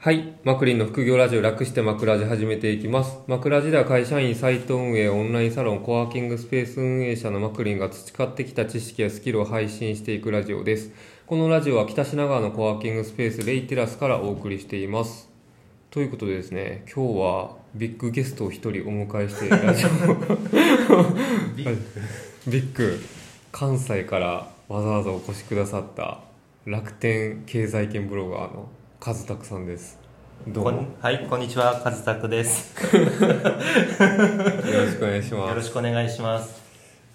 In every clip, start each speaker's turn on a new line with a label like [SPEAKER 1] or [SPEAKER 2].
[SPEAKER 1] はい。マクリンの副業ラジオ楽してマクラジ始めていきます。マクラジでは会社員、サイト運営、オンラインサロン、コワーキングスペース運営者のマクリンが培ってきた知識やスキルを配信していくラジオです。このラジオは北品川のコワーキングスペースレイテラスからお送りしています。ということでですね、今日はビッグゲストを一人お迎えしてラジオ
[SPEAKER 2] ビッグ
[SPEAKER 1] ビッグ関西からわざわざお越しくださった楽天経済圏ブロガーのカズタクさんですど
[SPEAKER 2] こ
[SPEAKER 1] うも
[SPEAKER 2] んはいこんにちはカズタクです
[SPEAKER 1] よろしくお願いし
[SPEAKER 2] よ
[SPEAKER 1] ま
[SPEAKER 2] ろ
[SPEAKER 1] す
[SPEAKER 2] しくお願いします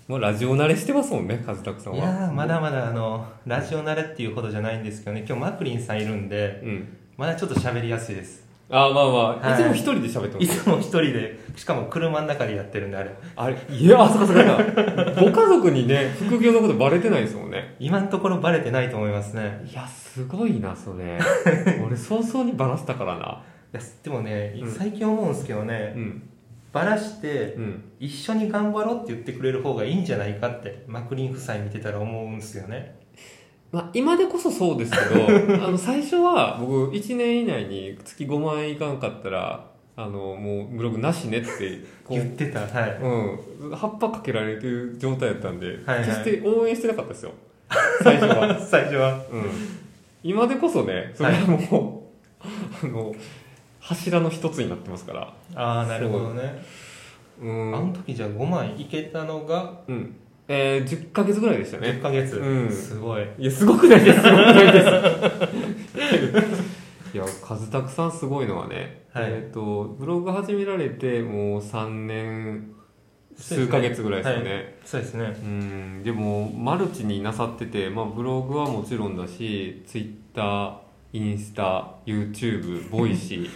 [SPEAKER 1] もうラジオ慣れしてますもんねカズタクさん
[SPEAKER 2] い
[SPEAKER 1] は
[SPEAKER 2] やーまだまだあのラジオ慣れっていうほどじゃないんですけどね今日マクリンさんいるんで
[SPEAKER 1] うん
[SPEAKER 2] まだちょっと喋りやすいです
[SPEAKER 1] あまあまあ、
[SPEAKER 2] はい
[SPEAKER 1] い、つも一人で喋って
[SPEAKER 2] い
[SPEAKER 1] ます
[SPEAKER 2] つも一人でしかも車の中でやってるんであれ
[SPEAKER 1] あれいやあそうかそうかご家族にね副業のことバレてないですもんね
[SPEAKER 2] 今のところバレてないと思いますね
[SPEAKER 1] いやすごいなそれ俺早々にバラしたからない
[SPEAKER 2] やでもね
[SPEAKER 1] うん
[SPEAKER 2] 最近思うんですけどね、
[SPEAKER 1] うん
[SPEAKER 2] バラして
[SPEAKER 1] うん
[SPEAKER 2] 一緒に頑張ろうって言ってくれる方がいいんじゃないかってマクリン夫妻見てたら思うんですよね
[SPEAKER 1] まあ、今でこそそうですけどあの最初は僕1年以内に月5万円いかんかったらあのもうブログなしねってこう
[SPEAKER 2] 言ってたはい
[SPEAKER 1] うん、葉っぱかけられてる状態だったんで、
[SPEAKER 2] はいはい
[SPEAKER 1] 決して応援してなかったですよ最初は、
[SPEAKER 2] 最初は
[SPEAKER 1] うん、今でこそねそれはもう、あの柱の一つになってますから
[SPEAKER 2] ああなるほどね
[SPEAKER 1] う
[SPEAKER 2] あ
[SPEAKER 1] ん、
[SPEAKER 2] の時じゃあ5枚いけたのが
[SPEAKER 1] うんえー、10ヶ月ぐらいでしたね
[SPEAKER 2] 10ヶ月、
[SPEAKER 1] うん
[SPEAKER 2] すごい
[SPEAKER 1] いや、すごくないです、すごくない です。いや、カズタクさんすごいのはね、
[SPEAKER 2] はい
[SPEAKER 1] えっ、と、ブログ始められてもう3年、数ヶ月ぐらいですよね。
[SPEAKER 2] そうですね
[SPEAKER 1] うん、でも、マルチになさってて、まあ、ブログはもちろんだし、ツイッター、インスタ、YouTube、ボイ シー、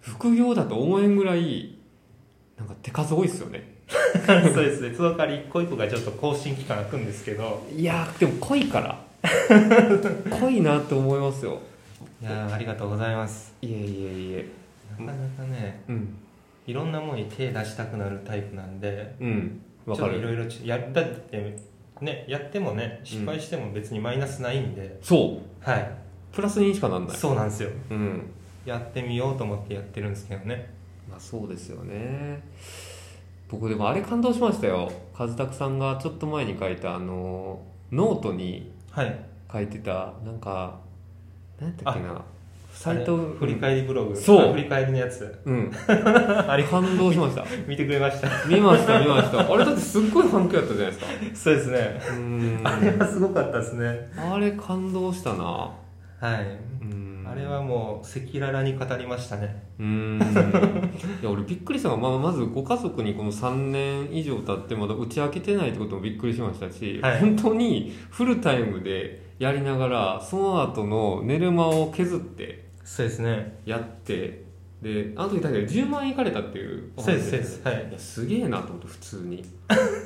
[SPEAKER 1] 副業だと思えんぐらい、なんか手数多いっすよね。
[SPEAKER 2] そうですねそうですねその代わり一個一個がちょっと更新期間空くんですけど
[SPEAKER 1] いやー、でも濃い から。濃いなって思いますよ。
[SPEAKER 2] いやーありがとうございます
[SPEAKER 1] いえいえいえ。
[SPEAKER 2] なかなかね
[SPEAKER 1] うん。
[SPEAKER 2] いろんなものに手出したくなるタイプなんで
[SPEAKER 1] うんわか
[SPEAKER 2] ちょっとい
[SPEAKER 1] る
[SPEAKER 2] ろいろちやだってねやってもね失敗しても別にマイナスないんで、
[SPEAKER 1] そう
[SPEAKER 2] はい
[SPEAKER 1] プラスにしかなんない
[SPEAKER 2] そうなんですよ
[SPEAKER 1] うん
[SPEAKER 2] やってみようと思ってやってるんですけどね
[SPEAKER 1] まあそうですよね僕でもあれ感動しましたよ和拓さんがちょっと前に書いたあのノートに
[SPEAKER 2] はい
[SPEAKER 1] 書いてたなんか何やったっけなサイト
[SPEAKER 2] あれ振り返りブログ
[SPEAKER 1] そう
[SPEAKER 2] あ振り返りのやつ
[SPEAKER 1] うん
[SPEAKER 2] あれ
[SPEAKER 1] 感動しました
[SPEAKER 2] 見てくれました
[SPEAKER 1] 見ました見ましたあれだってすっごい反響やったじゃないですか
[SPEAKER 2] そうですね
[SPEAKER 1] うー
[SPEAKER 2] れ
[SPEAKER 1] ん
[SPEAKER 2] はすごかったですね
[SPEAKER 1] あれ感動したな
[SPEAKER 2] はい
[SPEAKER 1] うん
[SPEAKER 2] あれはもう赤裸々に語りましたね
[SPEAKER 1] うーんいや俺びっくりしたのが、まあ、まずご家族にこの3年以上経ってまだ打ち明けてないってこともびっくりしましたし、
[SPEAKER 2] はい
[SPEAKER 1] 本当にフルタイムでやりながらその後の寝る間を削って
[SPEAKER 2] そうですね
[SPEAKER 1] やってであの時だけ10万円いかれたっていうお話
[SPEAKER 2] そうですそうですはい
[SPEAKER 1] いやすげえなと思って普通 に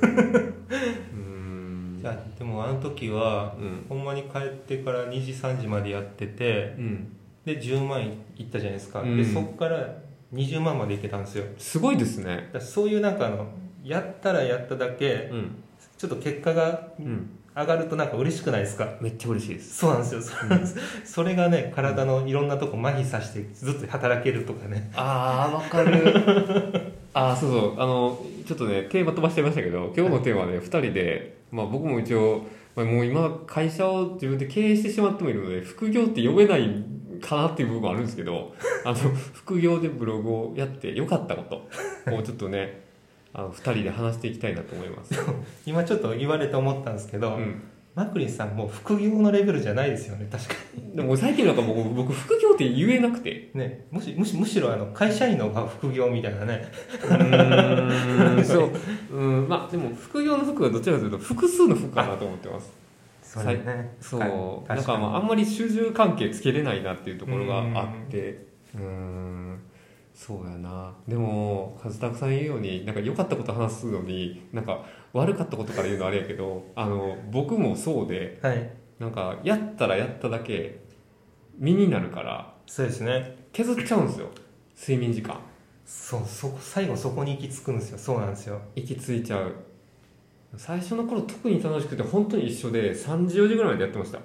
[SPEAKER 1] うーん
[SPEAKER 2] いやでもあの時は
[SPEAKER 1] うん
[SPEAKER 2] ほんまに帰ってから2時3時までやってて
[SPEAKER 1] うん
[SPEAKER 2] で10万いったじゃないですか、
[SPEAKER 1] うん
[SPEAKER 2] でそっから20万までいけたんですよ
[SPEAKER 1] すごいですね
[SPEAKER 2] だからそういうなんかあのやったらやっただけ
[SPEAKER 1] うん
[SPEAKER 2] ちょっと結果が
[SPEAKER 1] うん
[SPEAKER 2] 上がるとなんか嬉しくないですか
[SPEAKER 1] めっちゃ嬉しいです
[SPEAKER 2] そうなんですよそ,、それがね体のいろんなとこ麻痺させてずっと働けるとかね
[SPEAKER 1] ああわかる ああそうそうあのちょっとねテーマ飛ばしちゃいましたけど今日のテーマはね2人で、まあ、僕も一応、まあ、もう今会社を自分で経営してしまってもいるので副業って呼べないかなっていう部分もあるんですけど あの副業でブログをやってよかったことをちょっとねあの2人で話していきたいなと思います、
[SPEAKER 2] 今ちょっと言われて思ったんですけ
[SPEAKER 1] う
[SPEAKER 2] ど、
[SPEAKER 1] ん、
[SPEAKER 2] マクリンさんもう副業のレベルじゃないですよね確か
[SPEAKER 1] でも最近なんかもう僕副業って言えなくて
[SPEAKER 2] にねむしむしむしろあの会社員の方が副業みたいなね
[SPEAKER 1] うーん そううんまあでも副業の服はどちらかというと複数の服かなと思ってます
[SPEAKER 2] それね
[SPEAKER 1] そ
[SPEAKER 2] はい
[SPEAKER 1] うん
[SPEAKER 2] 確
[SPEAKER 1] なんかまああんまり主従関係つけれないなっていうところがあってうーんそうやなでも和田さん言うようになんか良かったこと話すのになんか悪かったことから言うのあれやけどあの僕もそうで
[SPEAKER 2] はい
[SPEAKER 1] なんかやったらやっただけ身になるから
[SPEAKER 2] そうですね
[SPEAKER 1] 削っちゃうんですよ睡眠時間
[SPEAKER 2] そうそこ最後そこに行き着くんですよそうなんですよ
[SPEAKER 1] 行き着いちゃう最初の頃特に楽しくて本当に一緒で3時4時ぐらいまでやってました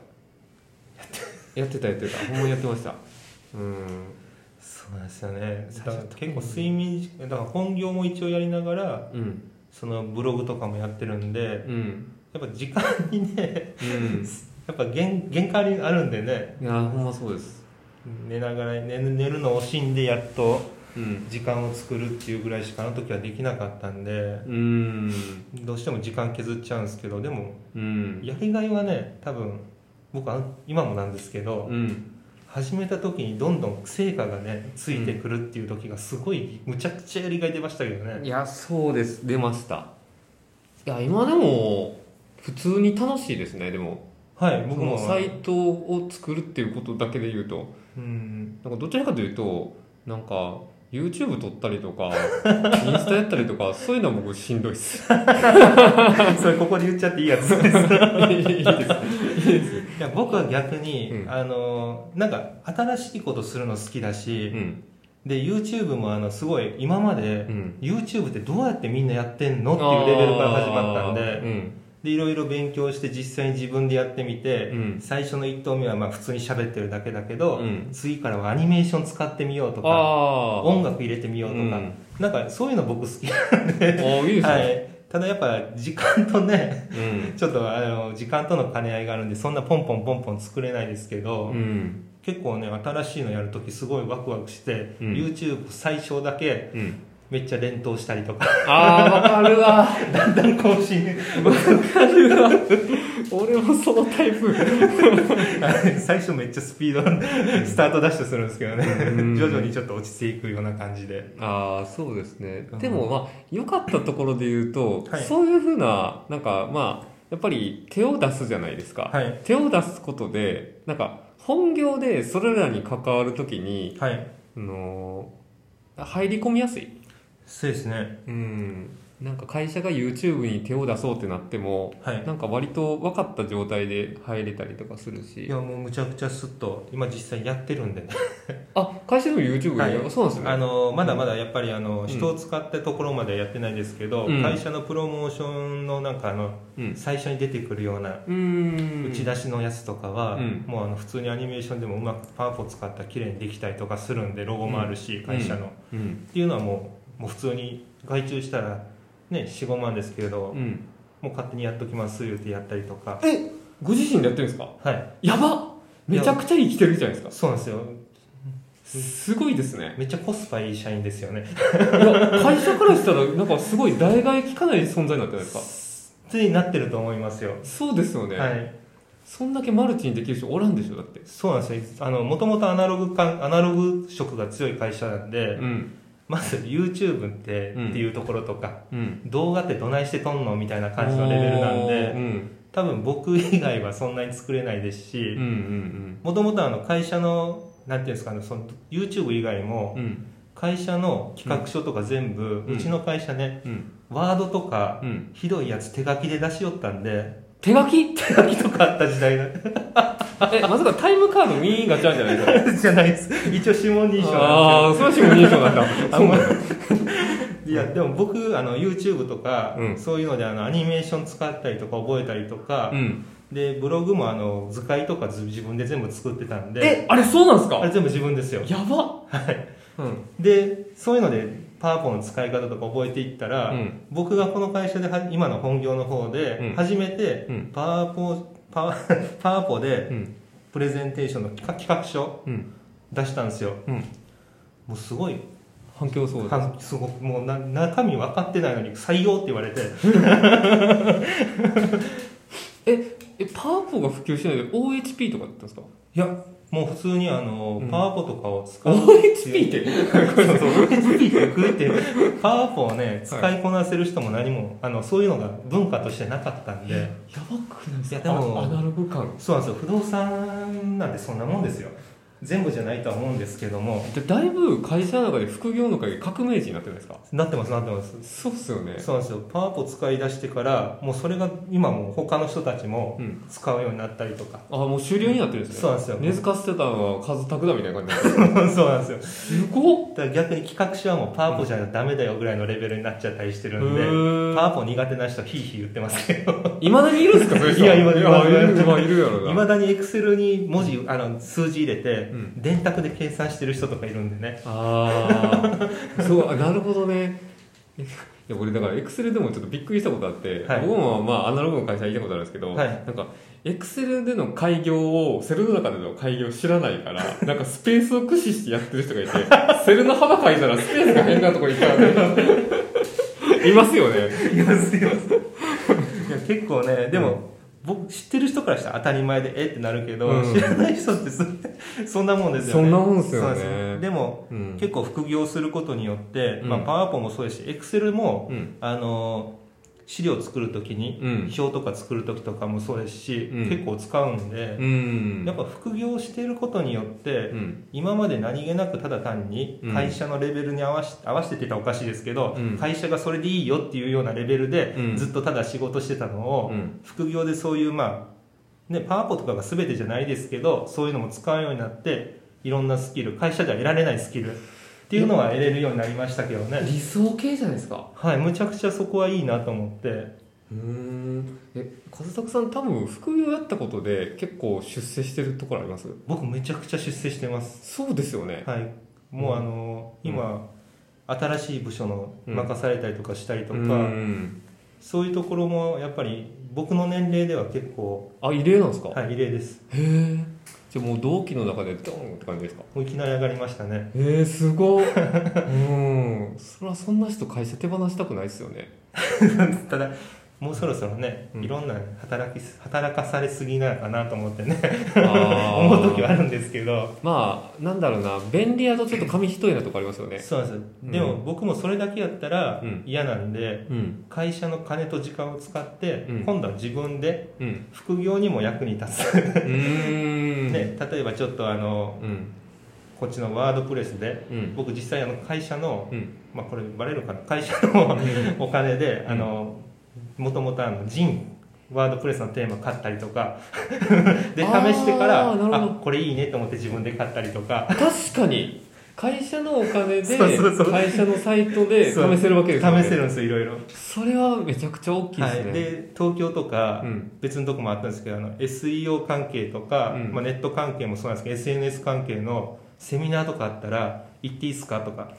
[SPEAKER 1] やってたやってたほんまにやってましたうん
[SPEAKER 2] そうなんですよねだから
[SPEAKER 1] 最初
[SPEAKER 2] 結構睡眠時だから本業も一応やりながら
[SPEAKER 1] うん
[SPEAKER 2] そのブログとかもやってるんで
[SPEAKER 1] うん
[SPEAKER 2] やっぱ時間にね
[SPEAKER 1] うん
[SPEAKER 2] やっぱ限限界あるんでね
[SPEAKER 1] いやーほんまそうです
[SPEAKER 2] 寝ながら寝寝るのを惜しんでやっと
[SPEAKER 1] うん
[SPEAKER 2] 時間を作るっていうぐらいしかあの時はできなかったんで
[SPEAKER 1] うーん
[SPEAKER 2] どうしても時間削っちゃうんですけどでも
[SPEAKER 1] うん
[SPEAKER 2] やりがいはね多分僕は今もなんですけど、
[SPEAKER 1] うん
[SPEAKER 2] 始めた時にどんどん成果がねついてくるっていう時がすごいむちゃくちゃやりがい出ましたけどね
[SPEAKER 1] いやそうです出ましたいや今でも普通に楽しいですねでも
[SPEAKER 2] はい僕も
[SPEAKER 1] そのサイトを作るっていうことだけで言うと
[SPEAKER 2] うん
[SPEAKER 1] なんかどちらかというとなんか YouTube 撮ったりと かインスタやったりとかそういうのは僕しんどいっす
[SPEAKER 2] それここで言っちゃっていいやつで
[SPEAKER 1] い
[SPEAKER 2] す
[SPEAKER 1] いです
[SPEAKER 2] いや僕は逆に、
[SPEAKER 1] うん
[SPEAKER 2] あのなんか新しいことするの好きだ
[SPEAKER 1] う
[SPEAKER 2] し、
[SPEAKER 1] ん
[SPEAKER 2] で YouTube もあのすごい今まで、
[SPEAKER 1] うん
[SPEAKER 2] YouTube ってどうやってみんなやってんのっていうレベルから始まったん
[SPEAKER 1] あー
[SPEAKER 2] で
[SPEAKER 1] うん
[SPEAKER 2] でいろいろ勉強して実際に自分でやってみて、
[SPEAKER 1] うん
[SPEAKER 2] 最初の1投目はまあ普通に喋ってるだけだけど、
[SPEAKER 1] うん
[SPEAKER 2] 次からはアニメーション使ってみようとか
[SPEAKER 1] あー
[SPEAKER 2] 音楽入れてみようとか、
[SPEAKER 1] うん
[SPEAKER 2] なんかそういうの僕好き、
[SPEAKER 1] あーいいですね、
[SPEAKER 2] はい、ただやっぱ時間とね
[SPEAKER 1] うん
[SPEAKER 2] ちょっとあの時間との兼ね合いがあるんでそんなポンポンポンポン作れないですけど、
[SPEAKER 1] うん
[SPEAKER 2] 結構ね新しいのやるときすごいワクワクして、
[SPEAKER 1] うん
[SPEAKER 2] YouTube 最初だけ
[SPEAKER 1] うん、
[SPEAKER 2] めっちゃ連投したりとか
[SPEAKER 1] ああ分かる わ
[SPEAKER 2] だんだん更新
[SPEAKER 1] 俺もそのタイプ
[SPEAKER 2] 最初めっちゃスピードスタートダッシュするんですけどね
[SPEAKER 1] うん
[SPEAKER 2] 徐々にちょっと落ちていくような感じで
[SPEAKER 1] ああそうですね
[SPEAKER 2] うん
[SPEAKER 1] でもまあ良かったところで言うと、
[SPEAKER 2] はい
[SPEAKER 1] そういうふうななんかまあやっぱり手を出すじゃないですか、
[SPEAKER 2] はい
[SPEAKER 1] 手を出すことでなんか本業でそれらに関わるときに、
[SPEAKER 2] はい
[SPEAKER 1] あのー入り込みやすい
[SPEAKER 2] そうですね
[SPEAKER 1] うんなんか会社が YouTube に手を出そうってなっても
[SPEAKER 2] はい
[SPEAKER 1] なんか割と分かった状態で入れたりとかする
[SPEAKER 2] い
[SPEAKER 1] し
[SPEAKER 2] やもうむちゃくちゃスッと今実際やってるんでね
[SPEAKER 1] あ会社でも YouTube やる、
[SPEAKER 2] は
[SPEAKER 1] そうなんですね
[SPEAKER 2] あのまだまだやっぱりあの
[SPEAKER 1] ん
[SPEAKER 2] 人を使ったところまではやってないですけど、
[SPEAKER 1] うん
[SPEAKER 2] 会社のプロモーションのなんかあの
[SPEAKER 1] うん
[SPEAKER 2] 最初に出てくるような
[SPEAKER 1] うーん
[SPEAKER 2] 打ち出しのやつとかは、
[SPEAKER 1] うん
[SPEAKER 2] もうあの普通にアニメーションでもうまくパワポ使ったら綺麗にできたりとかするんでロゴもあるし、会社の、っ
[SPEAKER 1] うん
[SPEAKER 2] ていうのはもうもう普通に外注したらね45万ですけど、
[SPEAKER 1] うん
[SPEAKER 2] もう勝手にやっときます言ってやったりとか
[SPEAKER 1] えご自身でやってるんですか
[SPEAKER 2] はい
[SPEAKER 1] やばめちゃくちゃ生きてるじゃないですか
[SPEAKER 2] そうなんですよ
[SPEAKER 1] すごいですね
[SPEAKER 2] めっちゃコスパいい社員ですよね
[SPEAKER 1] いや会社からしたらなんかすごい代替えきかない存在になってないですか
[SPEAKER 2] ついになってると思いますよ、
[SPEAKER 1] そうですよね、
[SPEAKER 2] はい
[SPEAKER 1] そんだけマルチにできる人おらんでしょだって
[SPEAKER 2] そうなんですよあのもともとアナログ感アナログ色が強い会社なんで、
[SPEAKER 1] うん
[SPEAKER 2] まず YouTube って,、
[SPEAKER 1] うん
[SPEAKER 2] っていうところとか
[SPEAKER 1] うん
[SPEAKER 2] 動画ってどないして撮んのみたいな感じのレベルなん
[SPEAKER 1] おーう
[SPEAKER 2] で
[SPEAKER 1] ん
[SPEAKER 2] 多分僕以外はそんなに作れないです
[SPEAKER 1] うん
[SPEAKER 2] し
[SPEAKER 1] うん
[SPEAKER 2] もともと会社のなんていうんですかねその YouTube 以外
[SPEAKER 1] うん
[SPEAKER 2] も
[SPEAKER 1] うん
[SPEAKER 2] 会社の企画書とか全部、うんちの会社ね
[SPEAKER 1] うん
[SPEAKER 2] ワードとか
[SPEAKER 1] うん
[SPEAKER 2] ひどいやつ手書きで出しよったんで
[SPEAKER 1] 手書き
[SPEAKER 2] 手書きとかあった時代だ
[SPEAKER 1] えまさかタイムカード見がちなんじゃないですか
[SPEAKER 2] じゃないです一応指紋認証なんですけど
[SPEAKER 1] ああーそれはしも認証なんだ
[SPEAKER 2] あんまいやでも僕あの YouTube とか、
[SPEAKER 1] うん
[SPEAKER 2] そういうのであのアニメーション使ったりとか覚えたりとか
[SPEAKER 1] う、ん
[SPEAKER 2] でブログもあの図解とかず自分で全部作ってたんで
[SPEAKER 1] えあれそうなんです
[SPEAKER 2] あ
[SPEAKER 1] か
[SPEAKER 2] れ全部自分ですよ
[SPEAKER 1] やばはいうん
[SPEAKER 2] でそういうのでパワポの使い方とか覚えていったら、
[SPEAKER 1] うん
[SPEAKER 2] 僕がこの会社では今の本業の方
[SPEAKER 1] うん
[SPEAKER 2] で初めて
[SPEAKER 1] うん
[SPEAKER 2] パワポパワ パワポで
[SPEAKER 1] うん
[SPEAKER 2] プレゼンテーションの企画企画書
[SPEAKER 1] うん
[SPEAKER 2] 出したんですよ
[SPEAKER 1] うん
[SPEAKER 2] もうすごい
[SPEAKER 1] 反響そうです
[SPEAKER 2] かすごくもうな中身分かってないのに採用って言われて
[SPEAKER 1] ええパワポが普及しないで OHP とかだったんですか
[SPEAKER 2] いや、もう普通にあの、
[SPEAKER 1] うん
[SPEAKER 2] パワポとかを使う。
[SPEAKER 1] OHP って
[SPEAKER 2] そうそう、OHP って食 うって、パワポをね、使いこなせる人も何も、あの、そういうのが文化としてなかったんで、
[SPEAKER 1] やばくないですか
[SPEAKER 2] いやでも
[SPEAKER 1] アナログ感
[SPEAKER 2] そうなんですよ、不動産なんてそんなもんですよ。全部じゃないとは思うんですけども、
[SPEAKER 1] でだいぶ会社の中で副業の中で革命児になってないですか
[SPEAKER 2] なってます、なってます。
[SPEAKER 1] そうっすよね
[SPEAKER 2] そうなんですよ、パワポ使い出してから、もうそれが今もう他の人たちも
[SPEAKER 1] うん
[SPEAKER 2] 使うようになったりとか。
[SPEAKER 1] あもう主流になってるんですね
[SPEAKER 2] そうなんですよ。
[SPEAKER 1] 根付かせてたのは数拓だみたいな感じなんで
[SPEAKER 2] そうなんですよ。
[SPEAKER 1] すすごっ
[SPEAKER 2] だから逆に企画書はもうパワポじゃダメだよぐらいのレベルになっちゃったりしてるんで、
[SPEAKER 1] へー
[SPEAKER 2] パワポ苦手な人ヒーヒー言ってますけど
[SPEAKER 1] いまだにいるんですかそれ人
[SPEAKER 2] いやいまだに
[SPEAKER 1] まあいるまあいるや
[SPEAKER 2] い
[SPEAKER 1] ろ
[SPEAKER 2] ま
[SPEAKER 1] な
[SPEAKER 2] だにエクセルに文字あの数字入れて、
[SPEAKER 1] うん
[SPEAKER 2] 電卓で計算してる人とかいるんでね
[SPEAKER 1] ああ そうあなるほどねいや俺だからエクセルでもちょっとびっくりしたことあって、
[SPEAKER 2] はい
[SPEAKER 1] 僕もまあアナログの会社にいたことあるんですけど、
[SPEAKER 2] はい
[SPEAKER 1] なんかエクセルでの開業をセルの中での開業知らないからなんかスペースを駆使してやってる人がいて セルの幅書いたらスペースが変なとこに行ったらね いますよね
[SPEAKER 2] いますいます いや結構ねでも、僕知ってる人からしたら当たり前でえってなるけど、
[SPEAKER 1] うん
[SPEAKER 2] 知らない人ってそそんなもんですよね
[SPEAKER 1] そんなもんですよね
[SPEAKER 2] そうなんですでも、
[SPEAKER 1] うん
[SPEAKER 2] 結構副業することによって、
[SPEAKER 1] うん
[SPEAKER 2] まあ、パワーポもそうですしエクセルも、
[SPEAKER 1] うん
[SPEAKER 2] あの資料作るときに、
[SPEAKER 1] うん
[SPEAKER 2] 表とか作るときとかもそうですし、
[SPEAKER 1] うん
[SPEAKER 2] 結構使うんで、
[SPEAKER 1] うん
[SPEAKER 2] やっぱ副業してることによって、
[SPEAKER 1] うん
[SPEAKER 2] 今まで何気なくただ単に
[SPEAKER 1] うん
[SPEAKER 2] 会社のレベルに合わし合わせてって言ったらおかしいですけど、
[SPEAKER 1] うん
[SPEAKER 2] 会社がそれでいいよっていうようなレベルで
[SPEAKER 1] うん
[SPEAKER 2] ずっとただ仕事してたのを、
[SPEAKER 1] うん
[SPEAKER 2] 副業でそういうまあねパワポとかが全てじゃないですけどそういうのも使うようになっていろんなスキル会社では得られないスキルっていうのは得れるようになりましたけどね
[SPEAKER 1] 理想系じゃないですか
[SPEAKER 2] はいむちゃくちゃそこはいいなと思って
[SPEAKER 1] うーんえ和作さん多分副業やったことで結構出世してるところあります
[SPEAKER 2] 僕めちゃくちゃ出世してます
[SPEAKER 1] そうですよね
[SPEAKER 2] はいもうあの、
[SPEAKER 1] うん
[SPEAKER 2] 今新しい部署の任されたりとかしたりとか、
[SPEAKER 1] うん
[SPEAKER 2] そういうところもやっぱり僕の年齢では結構、
[SPEAKER 1] あ異例なんですか、
[SPEAKER 2] はい、異例です
[SPEAKER 1] へえじゃあもう同期の中でドーンって感じですか
[SPEAKER 2] もういきなり上がりましたね
[SPEAKER 1] えー、す ごいうんそりゃそんな人会社手放したくないですよ ね
[SPEAKER 2] ただもうそろそろね、
[SPEAKER 1] うん
[SPEAKER 2] いろんな働き働かされすぎなのかなと思ってね
[SPEAKER 1] あー
[SPEAKER 2] 思う時はあるんですけど
[SPEAKER 1] まあなんだろうな便利屋とちょっと紙一重なとこありますよね
[SPEAKER 2] そうなんですよでも
[SPEAKER 1] うん
[SPEAKER 2] 僕もそれだけやったら
[SPEAKER 1] うん
[SPEAKER 2] 嫌なんで、
[SPEAKER 1] うん
[SPEAKER 2] 会社の金と時間を使って、
[SPEAKER 1] うん
[SPEAKER 2] 今度は自分で
[SPEAKER 1] うん
[SPEAKER 2] 副業にも役に立つ、
[SPEAKER 1] うーん
[SPEAKER 2] ね、例えばちょっとあの
[SPEAKER 1] うん
[SPEAKER 2] こっちのワードプレスで
[SPEAKER 1] うん
[SPEAKER 2] 僕実際あの会社の
[SPEAKER 1] うん
[SPEAKER 2] まあ、これバレるかな会社のお金で
[SPEAKER 1] うん
[SPEAKER 2] あのもともとあのジンワードプレスのテーマ買ったり とかで試
[SPEAKER 1] あー
[SPEAKER 2] してから
[SPEAKER 1] なるほど
[SPEAKER 2] あこれいいねと思って自分で買ったりとか
[SPEAKER 1] 確かに会社のお金で
[SPEAKER 2] そうそうそう
[SPEAKER 1] 会社のサイトで試
[SPEAKER 2] そう
[SPEAKER 1] せるわけで
[SPEAKER 2] 試
[SPEAKER 1] すよね
[SPEAKER 2] せるんですいろいろ、
[SPEAKER 1] それはめちゃくちゃ大きいで
[SPEAKER 2] は
[SPEAKER 1] す
[SPEAKER 2] い、
[SPEAKER 1] ね、
[SPEAKER 2] で東京とか
[SPEAKER 1] うん
[SPEAKER 2] 別のとこもあったんですけどあの SEO 関係とか、
[SPEAKER 1] うん
[SPEAKER 2] まあ、ネット関係もそうなんですけど SNS 関係のセミナーとかあったら行っていいですかとか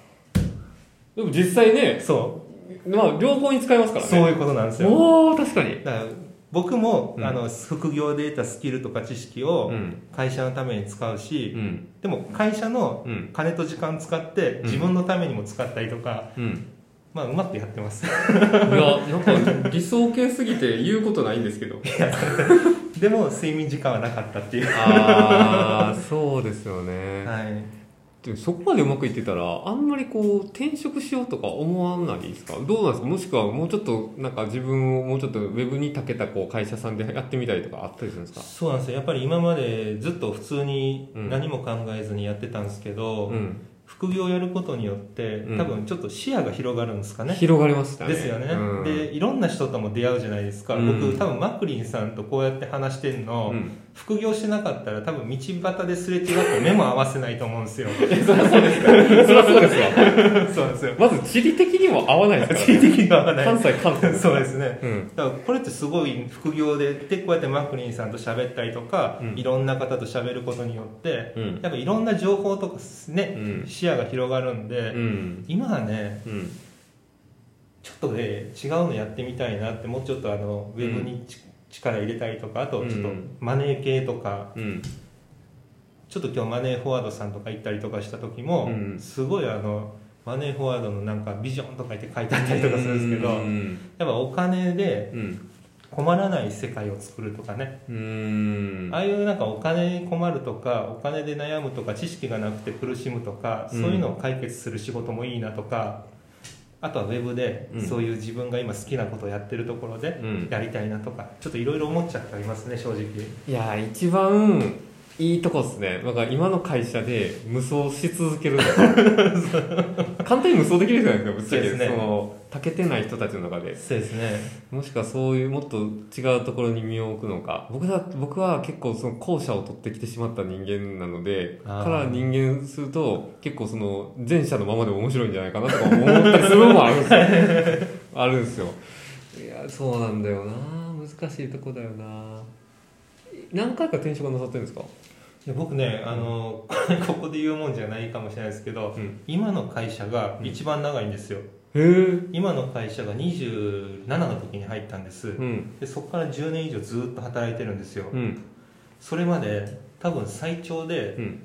[SPEAKER 1] でも実際ね
[SPEAKER 2] そ
[SPEAKER 1] まあ両方に使えます
[SPEAKER 2] う
[SPEAKER 1] からね
[SPEAKER 2] そういうことなんですよ
[SPEAKER 1] おー確かに
[SPEAKER 2] だから僕も、
[SPEAKER 1] うん
[SPEAKER 2] あの副業で得たスキルとか知識を
[SPEAKER 1] うん
[SPEAKER 2] 会社のために使うし、
[SPEAKER 1] うん
[SPEAKER 2] でも会社の
[SPEAKER 1] うん
[SPEAKER 2] 金と時間使って
[SPEAKER 1] ん
[SPEAKER 2] 自分のためにも使ったりとか、
[SPEAKER 1] うん
[SPEAKER 2] まあうまくやってます
[SPEAKER 1] いやなんか理想系すぎて言うことないんですけ ど
[SPEAKER 2] でも睡眠時間はなかったっていう、
[SPEAKER 1] ああそうですよね、
[SPEAKER 2] はい、
[SPEAKER 1] でもそこまでうまくいってたらあんまりこう転職しようとか思わないですかどうなんですかもしくはもうちょっとなんか自分をもうちょっとウェブに長けたこう会社さんでやってみたりとかあったりするんですか
[SPEAKER 2] そうなんですよやっぱり今までずっと普通に
[SPEAKER 1] うん
[SPEAKER 2] 何も考えずにやってたんですけど、
[SPEAKER 1] うん、
[SPEAKER 2] 副業やることによって
[SPEAKER 1] うん
[SPEAKER 2] 多分ちょっと視野が広がるんですかね、
[SPEAKER 1] 広がりましたね
[SPEAKER 2] ですよね、
[SPEAKER 1] うん、
[SPEAKER 2] でいろんな人とも出会うじゃないですか、
[SPEAKER 1] うん
[SPEAKER 2] 僕多分マクリンさんとこうやって話してんの、
[SPEAKER 1] うん
[SPEAKER 2] 副業してなかったら多分道端ですれ違って目も合わせないと思うんですよ そう
[SPEAKER 1] そりゃそうですわ
[SPEAKER 2] なんですよ
[SPEAKER 1] まず地理的にも合わないですか
[SPEAKER 2] 地理が合わ
[SPEAKER 1] ら、ね、
[SPEAKER 2] な
[SPEAKER 1] 関
[SPEAKER 2] い
[SPEAKER 1] 西関東
[SPEAKER 2] そうですね
[SPEAKER 1] うん
[SPEAKER 2] だからこれってすごい副業ででこうやってマクリンさんと喋ったりとか、
[SPEAKER 1] うん
[SPEAKER 2] いろんな方と喋ることによって、
[SPEAKER 1] うん
[SPEAKER 2] やっぱいろんな情報とか
[SPEAKER 1] う
[SPEAKER 2] ね、
[SPEAKER 1] ん
[SPEAKER 2] 視野が広がるんで、
[SPEAKER 1] うん
[SPEAKER 2] 今はね
[SPEAKER 1] うん
[SPEAKER 2] ちょっとね違うのやってみたいなってもうちょっとあのウェブにち、力入れたりとかあとちょっと
[SPEAKER 1] うん
[SPEAKER 2] マネー系とか
[SPEAKER 1] うん
[SPEAKER 2] ちょっと今日マネーフォワードさんとか行ったりとかした時も、
[SPEAKER 1] うん
[SPEAKER 2] すごいあのマネーフォワードのなんかビジョンとか言って書いてあったりとかするんですけど、
[SPEAKER 1] う
[SPEAKER 2] やっ
[SPEAKER 1] ん
[SPEAKER 2] ぱお金で
[SPEAKER 1] うん
[SPEAKER 2] 困らない世界を作るとかね、
[SPEAKER 1] うん
[SPEAKER 2] ああいうなんかお金に困るとかお金で悩むとか知識がなくて苦しむとかそういうのを解決する仕事もいいなとか、あとはウェブで
[SPEAKER 1] うん
[SPEAKER 2] そういう自分が今好きなことをやってるところで
[SPEAKER 1] うん
[SPEAKER 2] やりたいなとか、ちょっといろいろ思っちゃってありますね正直
[SPEAKER 1] いやー一番いいとこっすねなんか今の会社で無双し続ける のが簡単に無双できるじゃないですかぶっち
[SPEAKER 2] そう
[SPEAKER 1] ゃ
[SPEAKER 2] で
[SPEAKER 1] け
[SPEAKER 2] す
[SPEAKER 1] そ
[SPEAKER 2] ね
[SPEAKER 1] のたけてない人たちの中で
[SPEAKER 2] そうですね
[SPEAKER 1] もしくはそういうもっと違うところに身を置くのか僕だ僕は結構その後者を取ってきてしまった人間なので
[SPEAKER 2] あー
[SPEAKER 1] から人間すると結構その前者のままでも面白いんじゃないかなとか思 ったりするのもあるんですよあるんですよいやそうなんだよなしいとこだよな何回か転職なさってるんですか
[SPEAKER 2] いや僕ねあの ここで言うもんじゃないかもしれないですけど、
[SPEAKER 1] うん
[SPEAKER 2] 今の会社が一番長いんですよ、
[SPEAKER 1] へえ
[SPEAKER 2] 今の会社が27の時に入ったんです、
[SPEAKER 1] うん
[SPEAKER 2] でそこから10年以上ずっと働いてるんですよ、
[SPEAKER 1] うん
[SPEAKER 2] それまで多分最長で
[SPEAKER 1] うん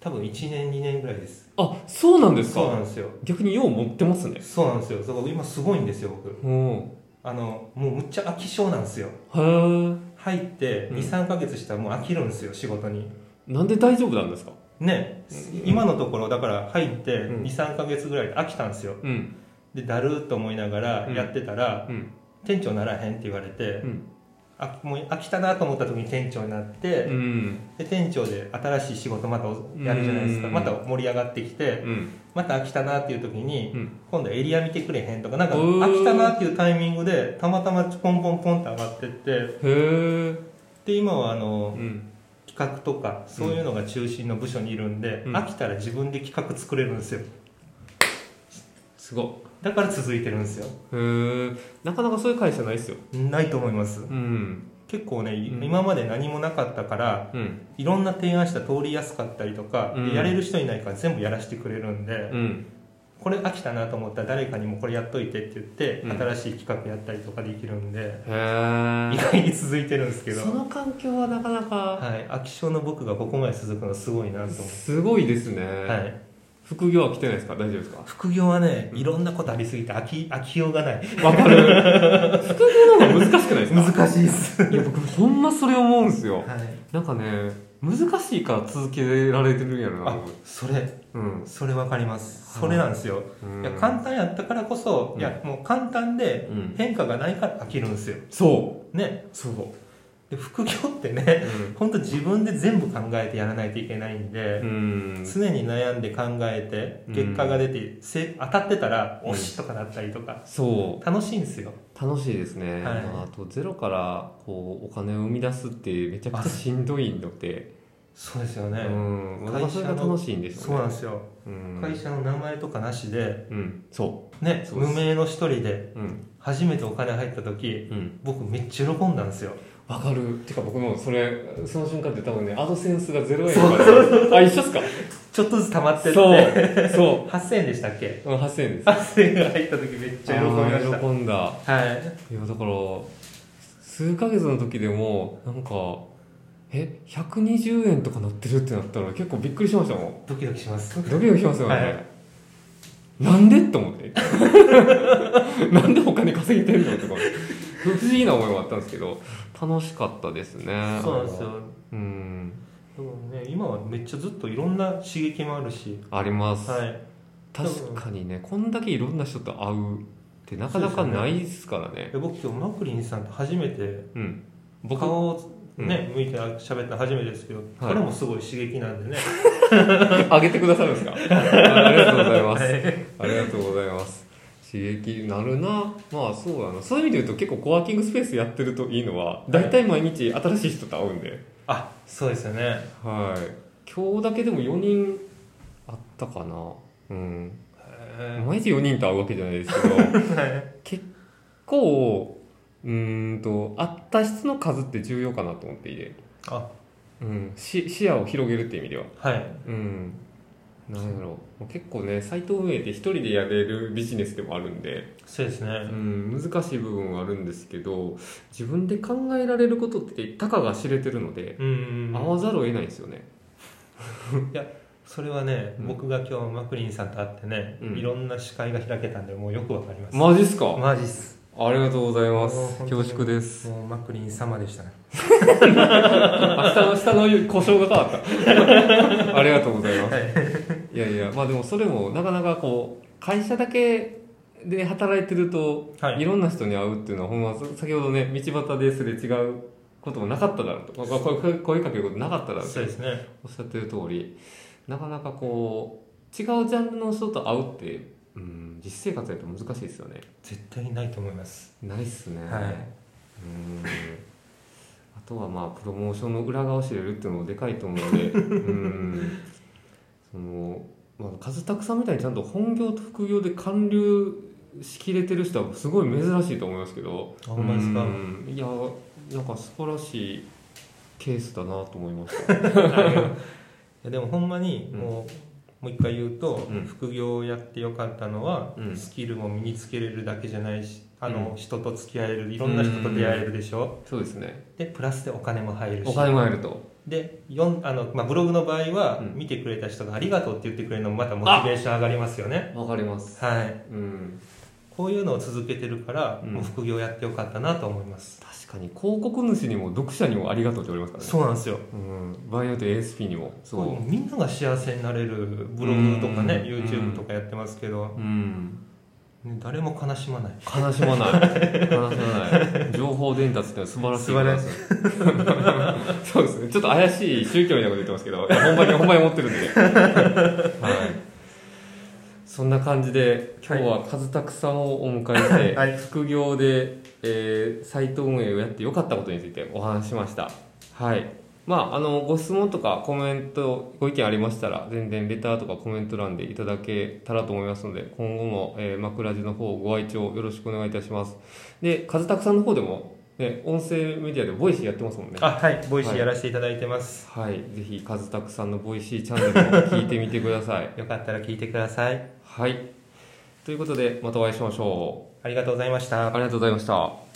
[SPEAKER 2] 多分1年2年ぐらいです
[SPEAKER 1] あそうなんです
[SPEAKER 2] そうな
[SPEAKER 1] か
[SPEAKER 2] んですよ
[SPEAKER 1] 逆によう持ってますね
[SPEAKER 2] そうなんですよだから今すごいんですよ僕
[SPEAKER 1] うん
[SPEAKER 2] あのもうむっちゃ飽き性なんですよ
[SPEAKER 1] へ
[SPEAKER 2] 入って
[SPEAKER 1] うん
[SPEAKER 2] 23ヶ月したらもう飽きるんですよ仕事に
[SPEAKER 1] えなんで大丈夫なんですか
[SPEAKER 2] ね、今のところだから入って
[SPEAKER 1] うん
[SPEAKER 2] 23ヶ月ぐらいで飽きたんですよ
[SPEAKER 1] うん
[SPEAKER 2] でだるーっと思いながらやってたら、
[SPEAKER 1] うん
[SPEAKER 2] 店長ならへんって言われて
[SPEAKER 1] うん
[SPEAKER 2] あもう飽きたなと思った時に店長になって、
[SPEAKER 1] うん
[SPEAKER 2] で店長で新しい仕事またやるじゃないですか
[SPEAKER 1] うん
[SPEAKER 2] また盛り上がってきて
[SPEAKER 1] うん
[SPEAKER 2] また飽きたなっていう時に、
[SPEAKER 1] うん
[SPEAKER 2] 今度エリア見てくれへんとかなんか
[SPEAKER 1] うー
[SPEAKER 2] 飽きたなっていうタイミングでたまたまポンポンポンって上がってって
[SPEAKER 1] へえ
[SPEAKER 2] で今はあの
[SPEAKER 1] うん
[SPEAKER 2] 企画とかそういうのが中心の部署にいるんで、
[SPEAKER 1] うん
[SPEAKER 2] 飽きたら自分で企画作れるんですよ
[SPEAKER 1] すご
[SPEAKER 2] だから続いてるんですよ
[SPEAKER 1] いへえなかなかそういう会社ないですよ
[SPEAKER 2] ないと思います
[SPEAKER 1] うん
[SPEAKER 2] 結構ね、
[SPEAKER 1] うん
[SPEAKER 2] 今まで何もなかったから
[SPEAKER 1] うん
[SPEAKER 2] いろんな提案したら通りやすかったりとか、
[SPEAKER 1] うん
[SPEAKER 2] やれる人いないから全部やらせてくれるんで、
[SPEAKER 1] うん
[SPEAKER 2] これ飽きたなと思ったら誰かにもこれやっといてって言って、
[SPEAKER 1] うん
[SPEAKER 2] 新しい企画やったりとかできるんで、
[SPEAKER 1] へ
[SPEAKER 2] 意外に続いてるんですけ
[SPEAKER 1] え
[SPEAKER 2] ど、
[SPEAKER 1] その環境はなかなか
[SPEAKER 2] はい、飽き性の僕がここまで続くのすごいなと思
[SPEAKER 1] すごいですね、
[SPEAKER 2] う、はい、
[SPEAKER 1] 副業は来てないですか大丈夫ですか
[SPEAKER 2] 副業はねいろんなことありすぎて飽き飽きようがない
[SPEAKER 1] わかる副業の方が難しくないですか
[SPEAKER 2] 難しいです、はい
[SPEAKER 1] や僕ほんまそれ思うんですよなんかね難しいから続けられてるんやろな
[SPEAKER 2] あそれ
[SPEAKER 1] うん
[SPEAKER 2] それ分かります
[SPEAKER 1] は
[SPEAKER 2] そ
[SPEAKER 1] い
[SPEAKER 2] れなんですよ、
[SPEAKER 1] うん
[SPEAKER 2] いや簡単やったからこそ、
[SPEAKER 1] うん
[SPEAKER 2] いやもう簡単で
[SPEAKER 1] うん
[SPEAKER 2] 変化がないから飽きるんですよ
[SPEAKER 1] そう
[SPEAKER 2] ね
[SPEAKER 1] そう、
[SPEAKER 2] で副業ってね
[SPEAKER 1] う
[SPEAKER 2] 本当自分で全部考えてやらないといけないんで、
[SPEAKER 1] ん、
[SPEAKER 2] 常に悩んで考えて
[SPEAKER 1] うん
[SPEAKER 2] 結果が出て、せ当たってたら
[SPEAKER 1] うん
[SPEAKER 2] 惜しいとかだったりとか、
[SPEAKER 1] そ
[SPEAKER 2] 楽しいんですよ
[SPEAKER 1] う楽しいですね、
[SPEAKER 2] はい
[SPEAKER 1] まあ、あとゼロからこうお金を生み出すってめちゃくちゃしんどいので、
[SPEAKER 2] そうですよ
[SPEAKER 1] う
[SPEAKER 2] ね、
[SPEAKER 1] ん、
[SPEAKER 2] 会社の
[SPEAKER 1] それが楽しいんです
[SPEAKER 2] そう
[SPEAKER 1] よ
[SPEAKER 2] なん
[SPEAKER 1] ね
[SPEAKER 2] ですよ、
[SPEAKER 1] うん
[SPEAKER 2] 会社の名前とかなしで
[SPEAKER 1] うんそ
[SPEAKER 2] ね
[SPEAKER 1] そうです
[SPEAKER 2] 無名の一人で
[SPEAKER 1] ううん
[SPEAKER 2] 初めてお金入った時
[SPEAKER 1] うん
[SPEAKER 2] 僕めっちゃ喜んだんですよ
[SPEAKER 1] わかるてか僕もそれその瞬間って多分ねアドセンスが0円からあ一緒っすか
[SPEAKER 2] ちょっとずつ溜まってって
[SPEAKER 1] そうそ
[SPEAKER 2] 8000円でしたっけ
[SPEAKER 1] ううん8000円です
[SPEAKER 2] 8000円が入った時めっちゃ喜びまし
[SPEAKER 1] あー喜んだ
[SPEAKER 2] たはい
[SPEAKER 1] いやだから数ヶ月の時でもなんかえ120円とかなってるってなったら結構びっくりしましたもん
[SPEAKER 2] ドキドキします
[SPEAKER 1] ドキドキしますよね、
[SPEAKER 2] はい
[SPEAKER 1] なんでって思って なんでお金稼げてんのとか不思議な思いもあったんですけど楽しかったですね
[SPEAKER 2] そうなんですよ
[SPEAKER 1] うん
[SPEAKER 2] でもね今はめっちゃずっといろんな刺激もあるし
[SPEAKER 1] あります、
[SPEAKER 2] はい
[SPEAKER 1] 確かにねこんだけいろんな人と会うってなかなかないですからね
[SPEAKER 2] で僕今日マクリンさんと初めて
[SPEAKER 1] うん
[SPEAKER 2] 僕
[SPEAKER 1] 僕
[SPEAKER 2] 顔をね、向いて喋ったの初めてですけど、これもすごい刺激なんでね
[SPEAKER 1] あげてくださるんです かあありがとうございます、
[SPEAKER 2] はい
[SPEAKER 1] ありがとうございます刺激なるなまあそうだなそういう意味で言うと結構コワーキングスペースやってるといいのは大体毎日新しい人と会うんで
[SPEAKER 2] あそうですよね
[SPEAKER 1] はい今日だけでも4人あったかなうん
[SPEAKER 2] へ
[SPEAKER 1] 毎日4人と会うわけじゃないですけど
[SPEAKER 2] ー はい
[SPEAKER 1] 結構うーんとあった質の数って重要かなと思っていて、
[SPEAKER 2] あ
[SPEAKER 1] うん、し視野を広げるっていう意味では、
[SPEAKER 2] はい
[SPEAKER 1] うん、なんだろうもう結構ねサイト運営って一人でやれるビジネスでもあるんで、
[SPEAKER 2] そうですね、
[SPEAKER 1] うん、難しい部分はあるんですけど自分で考えられることってたかが知れてるので
[SPEAKER 2] うんうん
[SPEAKER 1] 合わざるを得ないんですよね。
[SPEAKER 2] それはね、
[SPEAKER 1] うん
[SPEAKER 2] 僕が今日マクリンさんと会ってね、
[SPEAKER 1] うん
[SPEAKER 2] いろんな視界が開けたんでもうよくわかります、
[SPEAKER 1] マジっすか
[SPEAKER 2] マジっす
[SPEAKER 1] ありがとうございま
[SPEAKER 2] もう
[SPEAKER 1] す
[SPEAKER 2] 本当に
[SPEAKER 1] 恐縮です
[SPEAKER 2] もうマクリン様でしたね
[SPEAKER 1] あ下の下の故障が変わったありがとうございます、い、やいやまあでもそれもなかなかこう会社だけで働いてると、
[SPEAKER 2] はい
[SPEAKER 1] い、ろんな人に会うっていうのはほんまさ先ほどね道端ですれ違うこともなかっただろうとまあこう声声かけることなかっただろうと
[SPEAKER 2] そうですね
[SPEAKER 1] おっしゃってる通りなかなかこう違うジャンルの人と会うってうん実生活やと難しいですよね
[SPEAKER 2] 絶対ないと思います
[SPEAKER 1] ないっすね、
[SPEAKER 2] はいう
[SPEAKER 1] ーんあとはまあプロモーションの裏側を知れるっていうのもでかいと思う のでうーんその、まあ、数たくさんみたいにちゃんと本業と副業で還流しきれてる人はすごい珍しいと思いますけど
[SPEAKER 2] あほんまですか
[SPEAKER 1] うんいやなんか素晴らしいケースだなと思いま した
[SPEAKER 2] いやでもほんまに
[SPEAKER 1] うん
[SPEAKER 2] もう、もう一回言うと、
[SPEAKER 1] うん
[SPEAKER 2] 副業をやってよかったのは、
[SPEAKER 1] うん
[SPEAKER 2] スキルも身につけれるだけじゃないしあ
[SPEAKER 1] う
[SPEAKER 2] の人と付き合えるいろんな人と出会えるでしょ、
[SPEAKER 1] そうですね
[SPEAKER 2] でプラスでお金も入るし
[SPEAKER 1] お金も入ると
[SPEAKER 2] でよんあの、まあ、ブログの場合は、
[SPEAKER 1] うん
[SPEAKER 2] 見てくれた人がありがとうって言ってくれるのもまたモチベーション上がりますよね
[SPEAKER 1] わかります
[SPEAKER 2] はい
[SPEAKER 1] うん
[SPEAKER 2] こういうのを続けてるから、
[SPEAKER 1] うん
[SPEAKER 2] もう副業やってよかったなと思います
[SPEAKER 1] 確かに広告主にも読者にもありがとうって言われますからね
[SPEAKER 2] そうなんですよ
[SPEAKER 1] うん、場合によって ASP にもすごい
[SPEAKER 2] こうみんなが幸せになれるブログとかね
[SPEAKER 1] うん
[SPEAKER 2] YouTube とかやってますけど、
[SPEAKER 1] うん
[SPEAKER 2] ね誰も悲しまない
[SPEAKER 1] 悲しまない悲しまない情報伝達ってのは素晴らしいことなんですよそうですねちょっと怪しい宗教みたいなこと言ってますけどいやほんまにほんまに思ってるんで、はい、そんな感じで今日は和拓さんをお迎えして、
[SPEAKER 2] はい
[SPEAKER 1] 副業で、えーサイト運営をやってよかったことについてお話ししましたはいまあ、あのご質問とかコメントご意見ありましたら全然レターとかコメント欄でいただけたらと思いますので今後も、えー、枕地の方ご愛聴よろしくお願いいたしますで和拓さんの方でも、ね、音声メディアでボイシーやってますもんね
[SPEAKER 2] あはいボイシーやらせていただいてます、
[SPEAKER 1] はいぜひ和拓さんのボイシーチャンネルも聞いてみてください
[SPEAKER 2] よかったら聞いてください
[SPEAKER 1] はいということでまたお会いしましょう
[SPEAKER 2] ありがとうございまし
[SPEAKER 1] あ
[SPEAKER 2] た
[SPEAKER 1] りがとうございました